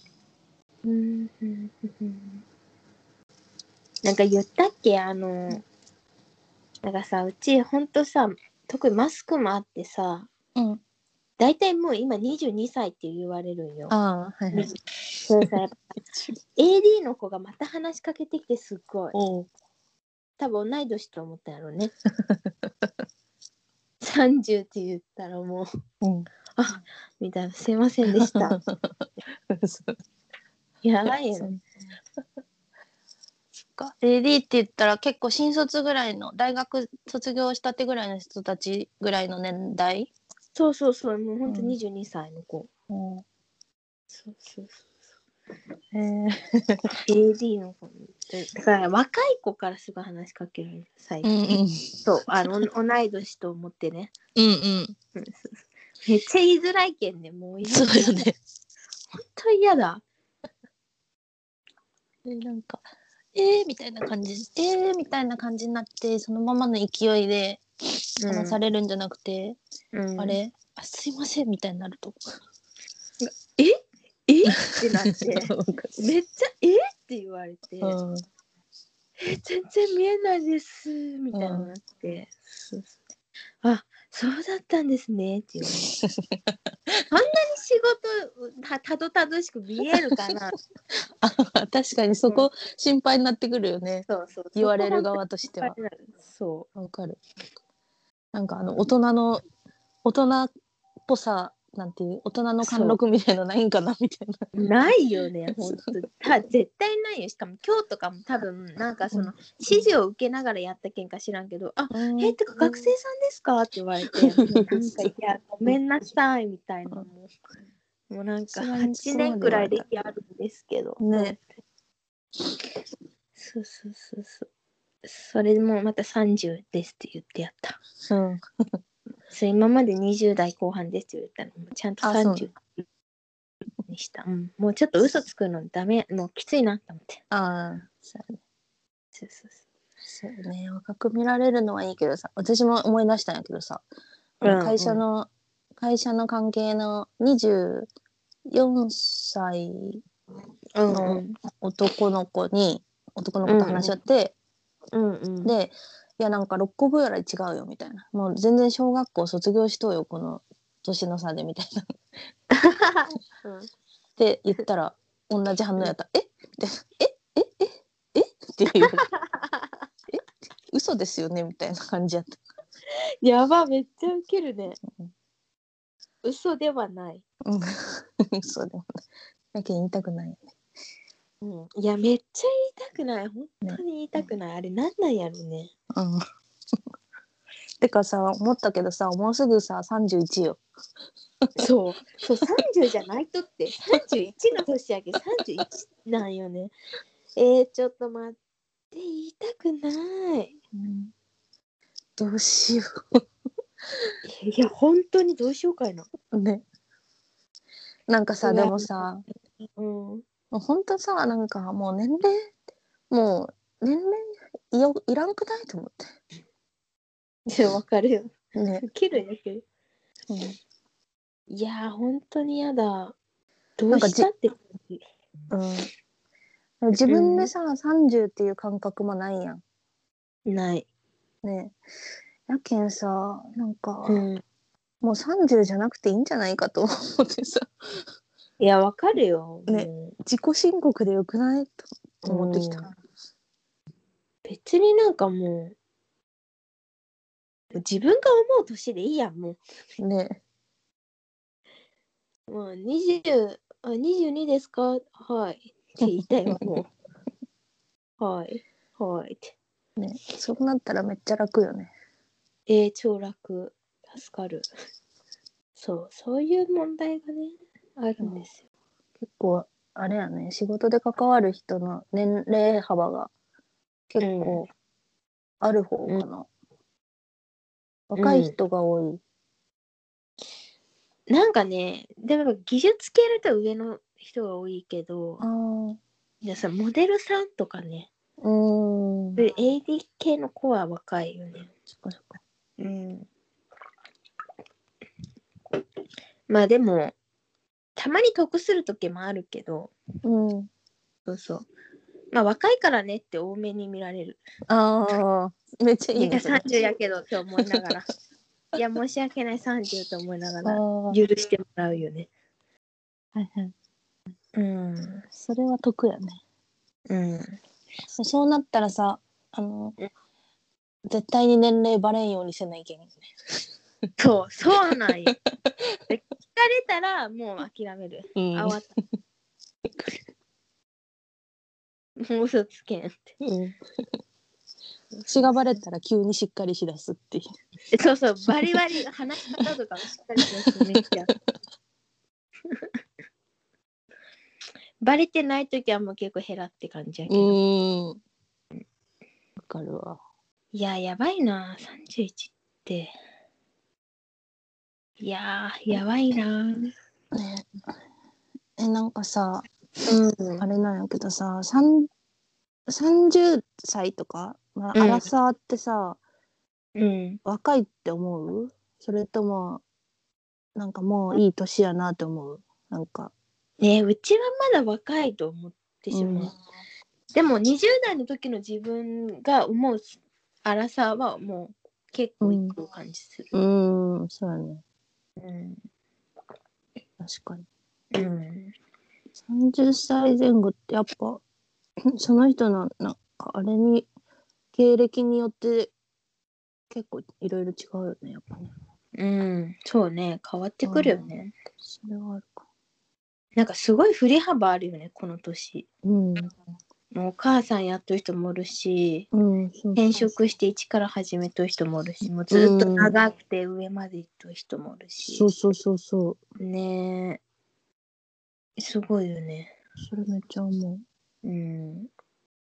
Speaker 2: うんうんうんうんなんか言ったっけあの、なんかさ、うちほんとさ、特にマスクもあってさ、
Speaker 1: うん
Speaker 2: 大体もう今22歳って言われるんよ。
Speaker 1: ああはいはい
Speaker 2: そ
Speaker 1: [laughs]
Speaker 2: れさ、やっぱ AD の子がまた話しかけてきてすっごい。
Speaker 1: おう
Speaker 2: 多分同い年と思ったやろう
Speaker 1: [laughs]
Speaker 2: ね。30って言ったらもう。
Speaker 1: うん
Speaker 2: みたいな、すいません
Speaker 1: [laughs]
Speaker 2: でした。やばい
Speaker 1: [laughs]
Speaker 2: よね。
Speaker 1: そっか AD って言ったら結構新卒ぐらいの大学卒業したてぐらいの人たちぐらいの年代、
Speaker 2: そうそうそう、もう本当
Speaker 1: うん
Speaker 2: 二十二歳の子。
Speaker 1: うん、
Speaker 2: そうそうそ
Speaker 1: えー、
Speaker 2: う。A. D. の子。でだから、若い子からすごい話しかける、最
Speaker 1: うん
Speaker 2: 近。
Speaker 1: うん
Speaker 2: そう、あの、同い年と思ってね。
Speaker 1: うん
Speaker 2: うんそうそうめっちゃ言いづらいけんね、
Speaker 1: う
Speaker 2: もう
Speaker 1: ん
Speaker 2: 嫌。
Speaker 1: そうよね
Speaker 2: 本当嫌だ。
Speaker 1: でなんか「えー」みたいな感じ「えー」みたいな感じになってそのままの勢いで話されるんじゃなくて、
Speaker 2: うん
Speaker 1: あ。 [laughs] れあすいませんみたいになると
Speaker 2: え。え。ってなって。
Speaker 1: [laughs] う
Speaker 2: めっちゃ、えって言われて。
Speaker 1: ん
Speaker 2: え全然見えないですみたいなのがあって、そうそうあそうだったんですねっていう
Speaker 1: [laughs]
Speaker 2: あんなに仕事たたどたどしく見えるか
Speaker 1: [laughs]
Speaker 2: な
Speaker 1: あ確かにそこ心配になってくるよね
Speaker 2: そうそう
Speaker 1: 言われる側としては
Speaker 2: そ
Speaker 1: わかるなんかあの大人の大人っぽさなんていう大人の貫禄みたいなのないんかなみたいな
Speaker 2: うないよね本
Speaker 1: [laughs]
Speaker 2: 当た絶対ないよしかも今日とかも多分なんかその指示を受けながらやったけんか知らんけど「あ
Speaker 1: うん
Speaker 2: えってか学生さんですか?」って言われて「なん [laughs] かいやごめんなさい」みたいなもうもうなんか
Speaker 1: さすがに
Speaker 2: 8年くらい歴あるんですけど
Speaker 1: ね
Speaker 2: そうそうそうそう。それでもうまた30ですって言ってやった。
Speaker 1: うん
Speaker 2: そう今まで20代後半ですって言ったのもうちゃんと
Speaker 1: あそう
Speaker 2: 30にした。うん、もうちょっと嘘つくのダメ、もうきついなと思って。
Speaker 1: ああそうやね
Speaker 2: そうそうそ
Speaker 1: そうね若く見られるのはいいけどさ私も思い出したんやけどさ、
Speaker 2: うん
Speaker 1: 会社の、会社の関係の24歳
Speaker 2: う。
Speaker 1: の男の子に男の子と話し合って、
Speaker 2: うんうん。
Speaker 1: でいやなんか6個分やら違うよみたいなもう全然小学校卒業しとうよこの年の差でみたいなっ
Speaker 2: うん
Speaker 1: て言ったら同じ反応やった「えみたいなえええええって言うえ嘘ですよねみたいな感じやった。
Speaker 2: やば、めっちゃウケるね
Speaker 1: うん。
Speaker 2: 嘘ではない。
Speaker 1: うん、そうでもない。だけど言いたくないよね。
Speaker 2: うん、いや、めっちゃ言いたくない。本当に言いたくない。あれ、なんなんやろうね。
Speaker 1: うん。てかさ、思ったけどさ、もうすぐさ、三十一よ。
Speaker 2: [laughs] そう、そう、三十じゃないとって、三十一の年やけ、三十一なんよね。えー、ちょっと待って、言いたくない。
Speaker 1: どうしよ
Speaker 2: いや、本当にどうしようかいな。
Speaker 1: う。ね。なんかさ、
Speaker 2: うわ
Speaker 1: でもさ、
Speaker 2: うん。
Speaker 1: もう本当さ、なんかもう年齢、もう年齢いよいらんくないと思っ
Speaker 2: いや、わかるよ。
Speaker 1: て。ね。
Speaker 2: ウケるやけど。いやー、本当にやだ。どうしたって。
Speaker 1: うん。うん、自分でさ、三十っていう感覚もないやん。
Speaker 2: ない。
Speaker 1: ね。やけんさ、なんか。
Speaker 2: うん。
Speaker 1: もう30じゃなくていいんじゃないかと思ってさ
Speaker 2: いや、わかるよ。
Speaker 1: ね
Speaker 2: もう
Speaker 1: 自己申告でよくないと
Speaker 2: と思ってきた
Speaker 1: う。ん
Speaker 2: 別になんかもう自分が思う年でいいやも
Speaker 1: ね
Speaker 2: うもう20あ22ですかはいって言いたいわもうはいはいって
Speaker 1: ねそうなったらめっちゃ楽よね
Speaker 2: えー、超楽助かるそうそういう問題がねあるんですよ、
Speaker 1: 結構あれやね仕事で関わる人の年齢幅が結構ある方かな、若い人が多い、
Speaker 2: なんかねでもやっぱ技術系だと上の人が多いけど
Speaker 1: あ
Speaker 2: いやさモデルさんとかね
Speaker 1: あうん
Speaker 2: そういう AD 系の子は若いよね
Speaker 1: そっかそっか
Speaker 2: うんまあでもたまに得する時もあるけど
Speaker 1: うん
Speaker 2: そうそうまあ若いからねって多めに見られる
Speaker 1: ああめっちゃい
Speaker 2: い
Speaker 1: い
Speaker 2: や
Speaker 1: ねそれ
Speaker 2: 30やけどって思いながらいや申し訳ない30と思いなが
Speaker 1: あ
Speaker 2: ら
Speaker 1: ー
Speaker 2: 許してもらうよね
Speaker 1: はいはい
Speaker 2: うん
Speaker 1: それは得やね
Speaker 2: うん
Speaker 1: そうそうなったらさあの
Speaker 2: うん
Speaker 1: 絶対に年齢バレんようにせないけんよね
Speaker 2: そうそうなんよで聞かれたらもう諦める
Speaker 1: う
Speaker 2: あ終わったもう嘘つけんって
Speaker 1: うん血がバレたら急にしっかりしだすっていう。
Speaker 2: そう [laughs] そう、バリバリ話し方とかもしっかりしてめっ [laughs] ちゃ。バレてない時はもう結構減らって感じやけど。
Speaker 1: ん。わかるわ。
Speaker 2: いや、やばいな、31って。いやー、やばいな。うん。
Speaker 1: ねえ、なんかさ、あ
Speaker 2: う
Speaker 1: れなんやけどさ、さん30歳とか、ま
Speaker 2: う
Speaker 1: あ、
Speaker 2: ん
Speaker 1: アラサーってさ、
Speaker 2: ん。
Speaker 1: 若いって思うそれとも、なんかもういい年やなって思うなんか。
Speaker 2: ねうちはまだ若いと思ってしまう。
Speaker 1: うん
Speaker 2: でも、20代の時の自分が思う荒さはもう結構いく感じする。
Speaker 1: うん、そうやね。
Speaker 2: うん。
Speaker 1: 確かに。
Speaker 2: うん。
Speaker 1: 30歳前後ってやっぱ [laughs] その人のなんかあれに経歴によって結構いろいろ違うよねやっぱね
Speaker 2: うん、そうね変わってくるよね、
Speaker 1: それはあるか
Speaker 2: なんかすごい振り幅あるよねこの年
Speaker 1: うん
Speaker 2: もうお母さんやっとる人もおるし
Speaker 1: うんそう
Speaker 2: 転職して一から始めとる人もおるしもうずっと長くて上まで行っとる人もおるし
Speaker 1: そ、うそうそうそう
Speaker 2: ねえすごいよね
Speaker 1: それめっちゃ思
Speaker 2: うん
Speaker 1: う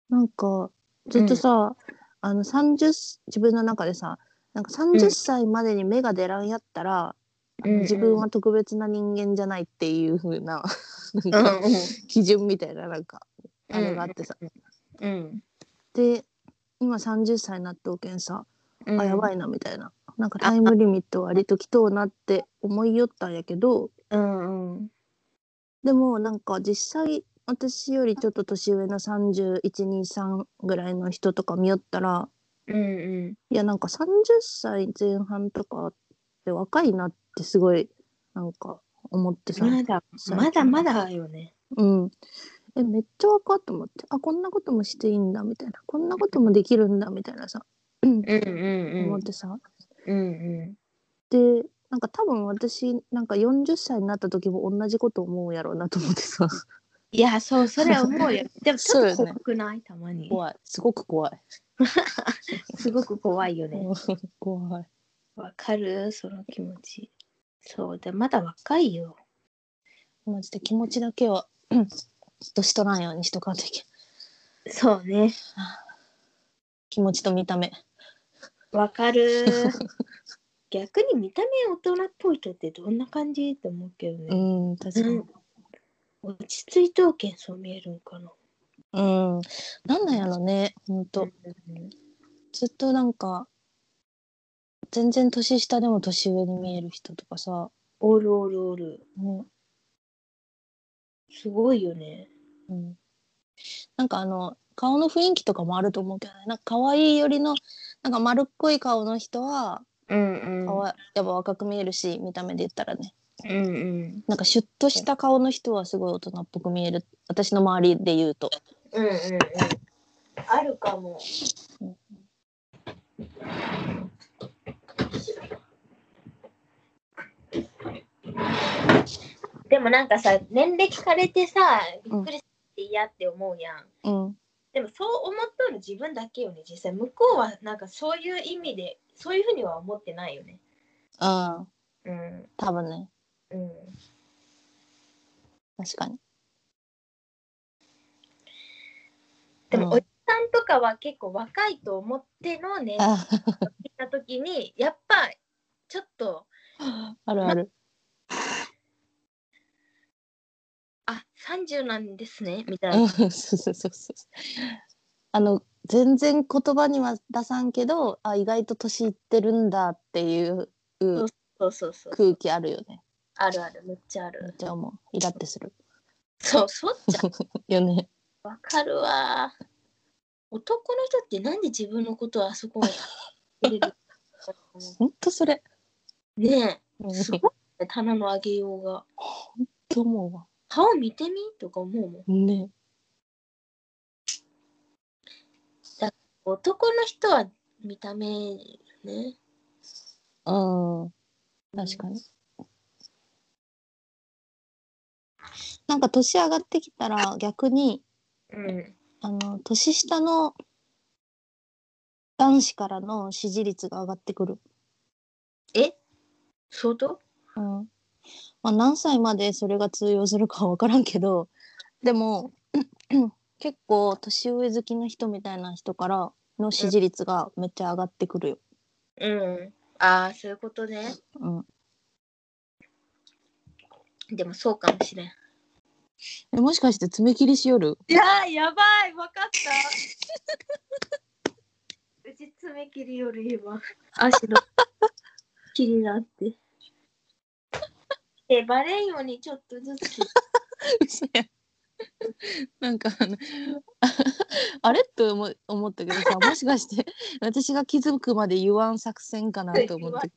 Speaker 1: なんかずっとさ、あの30自分の中でさなんか30歳までに目が出らんやったら、あの
Speaker 2: うんうん
Speaker 1: 自分は特別な人間じゃないっていう風ななん
Speaker 2: うん
Speaker 1: か基準みたいななんかあれがあってさ、
Speaker 2: うん
Speaker 1: で今30歳になっておけんさ、
Speaker 2: うん
Speaker 1: あやばいなみたいななんかタイムリミット割ときとうなって思いよったんやけど
Speaker 2: うんうん
Speaker 1: でもなんか実際私よりちょっと年上の3123ぐらいの人とか見よったら
Speaker 2: うん
Speaker 1: いやなんか30歳前半とかって若いなってすごいなんか思って
Speaker 2: う
Speaker 1: さ、
Speaker 2: んまだまだまだよね
Speaker 1: うん、えめっちゃ若っと思ってあこんなこともしていいんだみたいなこんなこともできるんだみたいなさ
Speaker 2: うんうん
Speaker 1: 思っ
Speaker 2: うん
Speaker 1: てさ、
Speaker 2: うん
Speaker 1: でなんか多分私なんか40歳になった時も同じこと思うやろうなと思ってさ
Speaker 2: いやそうそれは思う [laughs] よでもちょっと
Speaker 1: そうよね
Speaker 2: 怖くないたまに
Speaker 1: 怖いすごく怖い、
Speaker 2: すごく怖いよね。
Speaker 1: 怖い
Speaker 2: わかるその気持ち。そうで、まだ若いよ。
Speaker 1: マジで気持ちだけはうん年取らんようにしとかんといけん
Speaker 2: そうね。
Speaker 1: 気持ちと見た目
Speaker 2: わか [laughs] る。逆に見た目大人っぽい人ってどんな感じって思うけどね。
Speaker 1: ん確かに
Speaker 2: 落ち着いとうけんそう見えるんかな。
Speaker 1: うんなんなんやろねほんと
Speaker 2: うん
Speaker 1: ずっとなんか全然年下でも年上に見える人とかさ、
Speaker 2: おるおるおる。
Speaker 1: ね
Speaker 2: すごいよね。
Speaker 1: うんなんかあの顔の雰囲気とかもあると思うけどねなんか可愛いよりのなんか丸っこい顔の人は
Speaker 2: うん
Speaker 1: かわ、やっぱ若く見えるし見た目で言ったらね
Speaker 2: うんうん
Speaker 1: なんかシュッとした顔の人はすごい大人っぽく見える私の周りで言うと、
Speaker 2: うんうんうんうん。あるかも。でもなんかさ、年齢聞かれてさ、びっくりして嫌って思うやん。
Speaker 1: うん。
Speaker 2: でもそう思っとる自分だけよね、実際。向こうはなんかそういう意味で、そういうふうには思ってないよね。
Speaker 1: うん。
Speaker 2: うん。
Speaker 1: 多分ね。
Speaker 2: うん。
Speaker 1: 確かに。
Speaker 2: でも、
Speaker 1: うん
Speaker 2: おじさんとかは結構若いと思っての年齢
Speaker 1: あ
Speaker 2: た時に、やっぱちょっと、
Speaker 1: [laughs] あるある。
Speaker 2: あ30なんですね、みたいな。
Speaker 1: うん [laughs] そうそうそうそう。あの全然言葉には出さんけどあ意外と年いってるんだっていう
Speaker 2: うそうそうそう。
Speaker 1: 空気あるよね。
Speaker 2: あるある、めっちゃあ
Speaker 1: めっ
Speaker 2: る。
Speaker 1: ちゃ思う。イラってする。 [laughs]
Speaker 2: そう、そうっちゃん。
Speaker 1: よね。
Speaker 2: わかるわ。男の人ってなんで自分のことをあそこまで入れる
Speaker 1: ほんとそれ。
Speaker 2: ね
Speaker 1: うん
Speaker 2: え、すごいね、棚の上げようが。
Speaker 1: と思うわ。
Speaker 2: 顔見てみとか思うもん。
Speaker 1: ね。
Speaker 2: 男の人は見た目ね。
Speaker 1: うん。確かに。なんか年上がってきたら逆に
Speaker 2: うん。
Speaker 1: あの年下の男子からの支持率が上がってくる。
Speaker 2: え相当
Speaker 1: うんまあ、何歳までそれが通用するかは分からんけどでも [clears throat] 結構年上好きな人みたいな人からの支持率がめっちゃ上がってくるよ。
Speaker 2: うん。ああ、そういうことね。
Speaker 1: うん、
Speaker 2: でもそうかもしれん。
Speaker 1: えもしかして爪切りしよる
Speaker 2: いやー、やばい、わか [laughs] った。うち爪切りより今、足の気になって。え、バレんようにちょっとずつ。
Speaker 1: 嘘や [laughs] なんかあのあ [laughs] あれと思思ったけど [laughs] さもしかして私が気づくまで言わん作戦かなと思 [laughs] って
Speaker 2: で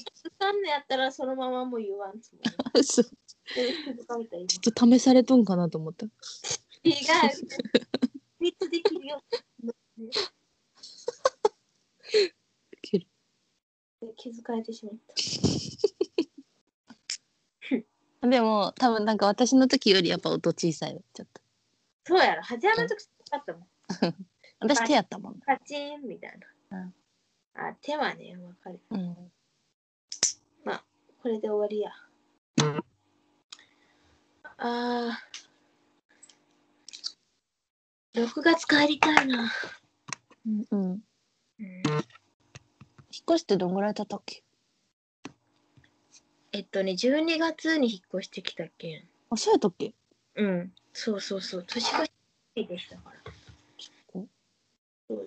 Speaker 2: 気づかんのやったらそのままもう言わん [laughs] つもり。
Speaker 1: 嘘ちょ
Speaker 2: で気づかれたら
Speaker 1: っと試されとんかなと思った。
Speaker 2: 今。違う。いつできるよ。 [laughs]
Speaker 1: 切る
Speaker 2: で気づかれてしまった。
Speaker 1: でも多分なんか私の時よりやっぱ音小さいよちょっと
Speaker 2: そうやろ、始まるときかったもん。
Speaker 1: 私手やったもん
Speaker 2: パチンみたいな。
Speaker 1: うん
Speaker 2: あ、手はね、わかる。
Speaker 1: な、
Speaker 2: これで終わりや。ああ。6月帰りたいな。
Speaker 1: うんうん、
Speaker 2: うん
Speaker 1: 引っ越してどんぐらい経ったっけ
Speaker 2: えっとね、12月に引っ越してきたっけ
Speaker 1: あそうやったっけ
Speaker 2: うん。そうそうそう。年越しでしたから。
Speaker 1: 構
Speaker 2: そうよ。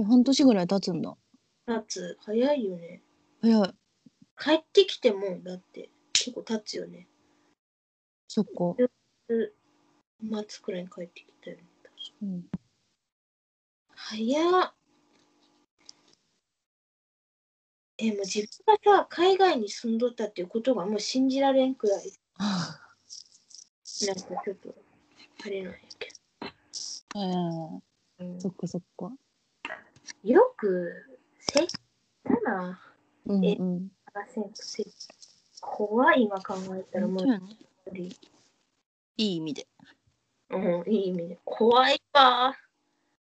Speaker 1: え半年ぐらい経つんだ
Speaker 2: 夏、早いよね。
Speaker 1: 早い
Speaker 2: 帰ってきても、だって、結構経つよね。
Speaker 1: そっか、
Speaker 2: 末くらいに帰ってきたよね。確か
Speaker 1: うん、
Speaker 2: 早っえもう自分がさ海外に住んどったっていうことがもう信じられんくらいなんかちょっとあれなんやけ
Speaker 1: えー、
Speaker 2: ど、
Speaker 1: そっかそっか
Speaker 2: よくせっかな
Speaker 1: うん
Speaker 2: え
Speaker 1: うん
Speaker 2: 話せんくせに怖い今考えたらもう
Speaker 1: 本当やね
Speaker 2: 一人
Speaker 1: いい意味で
Speaker 2: うんいい意味で怖いわ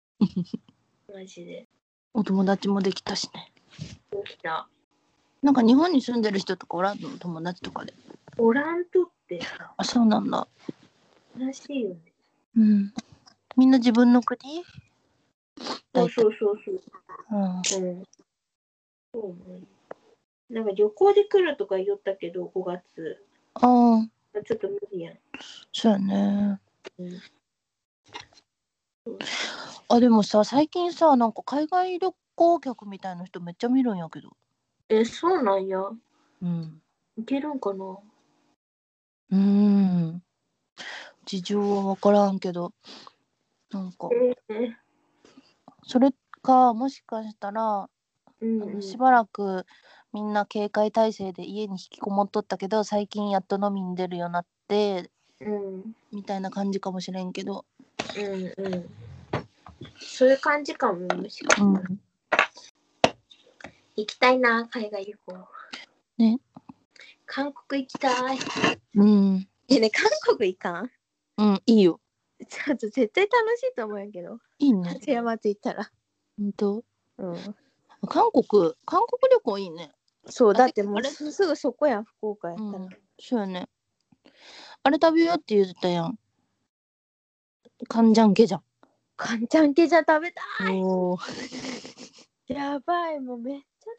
Speaker 2: [laughs] マジで
Speaker 1: お友達もできたしね
Speaker 2: 起きた
Speaker 1: なんか日本に住んでる人とかおらんの友達とかで
Speaker 2: おらんとってさ
Speaker 1: あそうなんだ
Speaker 2: 悲しいよね
Speaker 1: うんみんな自分の国
Speaker 2: そうそうそうそう
Speaker 1: うん
Speaker 2: うん。そうね。なんか旅行で来るとか言ったけど、5月。
Speaker 1: ああ
Speaker 2: ちょっと無理やん。
Speaker 1: そうやね
Speaker 2: うん
Speaker 1: あでもさ最近さなんか海外旅行客みたいな人めっちゃ見るんやけど
Speaker 2: え、そうなんや。
Speaker 1: うん
Speaker 2: いけるんかな
Speaker 1: うーん事情は分からんけどなんか
Speaker 2: えー、
Speaker 1: それかもしかしたら、
Speaker 2: うん
Speaker 1: あの
Speaker 2: うん。
Speaker 1: しばらくみんな警戒態勢で家に引きこもっとったけど最近やっと飲みに出るようになって
Speaker 3: うん
Speaker 1: みたいな感じかもしれんけど、
Speaker 3: うんうんそういう感じかもむしろ
Speaker 1: うん、
Speaker 3: 行きたいな海外旅行
Speaker 1: ね
Speaker 3: 韓国行きたい
Speaker 1: うん、
Speaker 2: えね韓国行かん
Speaker 1: うん、いいよ
Speaker 2: ちょっと絶対楽しいと思うんやけど
Speaker 1: いい [laughs] ね
Speaker 2: 立山って行ったら
Speaker 1: 本当
Speaker 2: うん
Speaker 1: 韓国韓国旅行いいね
Speaker 2: そう
Speaker 1: あれ
Speaker 2: だっても
Speaker 1: あ
Speaker 2: う
Speaker 1: れ
Speaker 2: すすぐそこやん福岡やったら、
Speaker 1: うんそうよねあれ食べようって言ってたやんカンジャンケじゃん
Speaker 2: カンちゃんケジャン食べた
Speaker 1: おお
Speaker 2: いやばいもうめっちゃ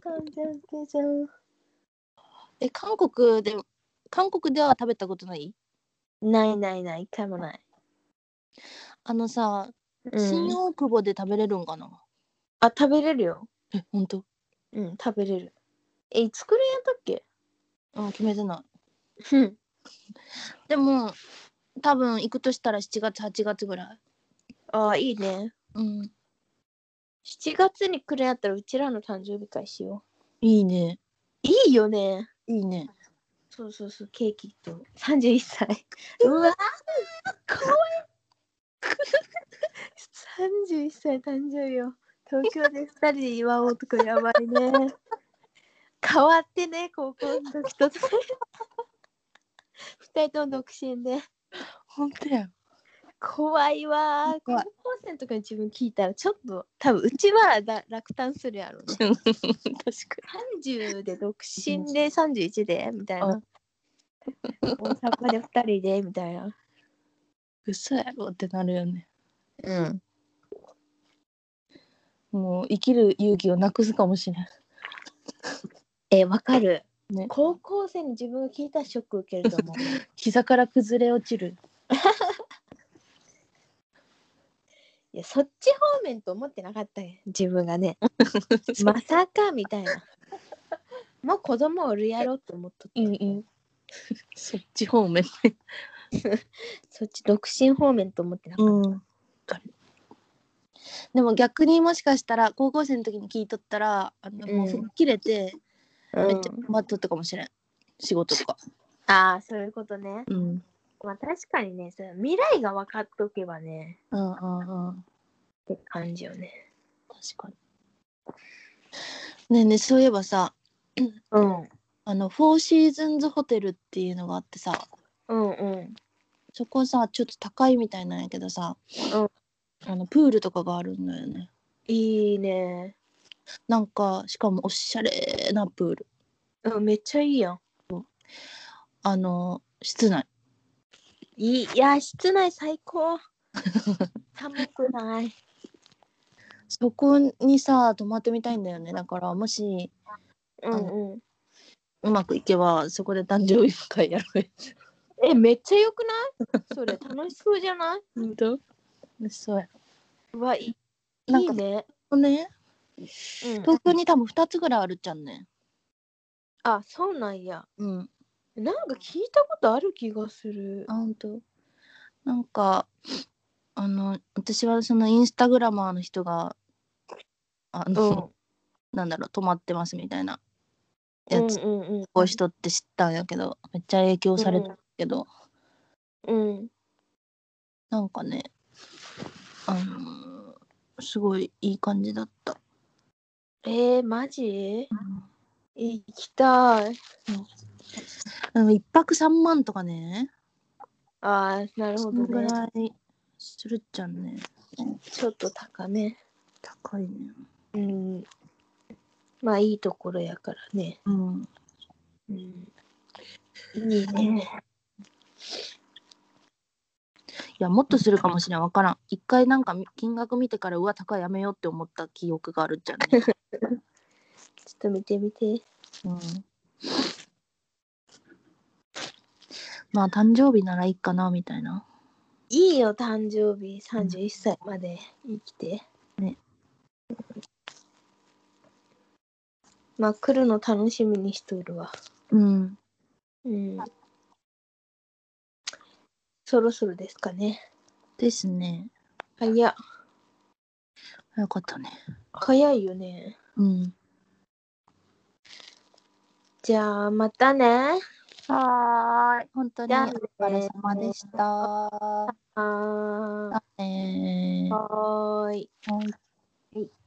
Speaker 2: 食べたいカンちゃんケジャン
Speaker 1: え韓国で韓国では食べたことない
Speaker 2: ないないない一回もない、
Speaker 1: あのさ、
Speaker 2: うん
Speaker 1: 新大久保で食べれるんかな
Speaker 2: あ食べれるよ
Speaker 1: え本当
Speaker 2: うん食べれるえいつくらいやったっけ
Speaker 1: あ決めてない
Speaker 2: うん
Speaker 1: でも多分行くとしたら7月8月ぐらい
Speaker 2: あいいね
Speaker 1: うん
Speaker 2: 7月にくらいやったらうちらの誕生日会しよ
Speaker 1: いいね
Speaker 2: ういいよね
Speaker 1: いいね
Speaker 2: そうそうそうケーキと31歳うわかわいい31歳誕生日を東京で2人で祝おうとかやばいね変わってね高校の時と2人とも独身で
Speaker 1: 本当や
Speaker 2: 怖いわー
Speaker 1: 怖
Speaker 2: 高
Speaker 1: い
Speaker 2: 校生とかに自分聞いたらちょっと多分うちはだ落胆するやろうね
Speaker 1: [laughs] 確かに
Speaker 2: 30で独身で31でみたいな大阪で2人でみたいな
Speaker 1: 嘘やろってなるよね
Speaker 2: うん
Speaker 1: もう生きる勇気をなくすかもしれん
Speaker 2: えーわかる、
Speaker 1: ね
Speaker 2: 高校生に自分が聞いたらショック受けると [laughs] 思う
Speaker 1: 膝から崩れ落ちる
Speaker 2: いやそっち方面と思ってなかったね自分が [laughs] ねまさかみたいなもう子供おるやろと思っとった、
Speaker 1: うん [laughs] そっち方面
Speaker 2: そっち独身方面と思ってなかった、
Speaker 1: んでも逆にもしかしたら高校生の時に聞いとったらあの、
Speaker 2: うん
Speaker 1: もう吹っ切れてめ
Speaker 2: め
Speaker 1: っ
Speaker 2: っ
Speaker 1: ち
Speaker 2: ち
Speaker 1: ゃ待っとったかもしれん仕事とか
Speaker 2: ゃああそういうことね
Speaker 1: うん
Speaker 2: まあ確かにねそれ未来が分かっとけばね
Speaker 1: うんうんうん
Speaker 2: って感じよね
Speaker 1: 確かにねえねえそういえばさ
Speaker 2: うん
Speaker 1: あのフォーシーズンズホテルっていうのがあってさ
Speaker 2: うんうん
Speaker 1: そこさちょっと高いみたいなんやけどさ、
Speaker 2: うん
Speaker 1: あのプールとかがあるんだよね
Speaker 2: いいね
Speaker 1: なんかしかもおしゃれなプール
Speaker 2: うんめっちゃいいやん
Speaker 1: あの室内
Speaker 2: いいいや室内最 [laughs] 高寒くない
Speaker 1: そこにさ泊まってみたいんだよねだからもし
Speaker 2: うんうん
Speaker 1: うまくいけばそこで誕生日会やろうよ
Speaker 2: えめっちゃ良くないそれ楽しそうじゃない
Speaker 1: 本当そうや
Speaker 2: うわいい
Speaker 1: なん
Speaker 2: い
Speaker 1: か
Speaker 2: ね、
Speaker 1: ろね
Speaker 2: うん、
Speaker 1: 東京に多分2つぐらいあるじゃんね
Speaker 2: あそうなんや
Speaker 1: うん
Speaker 2: なんか聞いたことある気がする
Speaker 1: あ本当なんかあの私はそのインスタグラマーの人があ
Speaker 2: う
Speaker 1: の、
Speaker 2: ん
Speaker 1: なんだろう泊まってますみたいな
Speaker 2: う
Speaker 1: や
Speaker 2: ん
Speaker 1: つ
Speaker 2: うん
Speaker 1: こういう人って知ったんやけどめっちゃ影響されたけど、
Speaker 2: うんうん
Speaker 1: なんかねあのーすごいいい感じだった、
Speaker 2: えー、マジ行きたい
Speaker 1: うん、1泊3万とかね
Speaker 2: あーなる
Speaker 1: そ
Speaker 2: ほ
Speaker 1: の
Speaker 2: ど
Speaker 1: ぐ
Speaker 2: ね
Speaker 1: らいするじゃんね
Speaker 2: ちょっと高め
Speaker 1: 高いね
Speaker 2: うんまあいいところやからね
Speaker 1: うん
Speaker 2: うんいいね
Speaker 1: いやもっとするかもしれんわからん一回なんかみ金額見てからうわ高いやめようって思った記憶があるじゃんね、
Speaker 2: ちょっと見てみて
Speaker 1: [laughs] うん、まあ誕生日ならいいかなみたいない
Speaker 2: いよ誕生日31歳まで生きて、
Speaker 1: ね
Speaker 2: まあ来るの楽しみにしとるわ
Speaker 1: うん
Speaker 2: うんそろそろですかね
Speaker 1: ですね
Speaker 2: 早っ
Speaker 1: よかったね
Speaker 2: 早いよね
Speaker 1: うん
Speaker 2: じゃあまたねはーい。
Speaker 1: 本当に
Speaker 2: じ
Speaker 1: お
Speaker 2: ゃあね
Speaker 1: 疲れ様でした。
Speaker 2: はーい。
Speaker 1: えー
Speaker 2: はーい。
Speaker 1: はい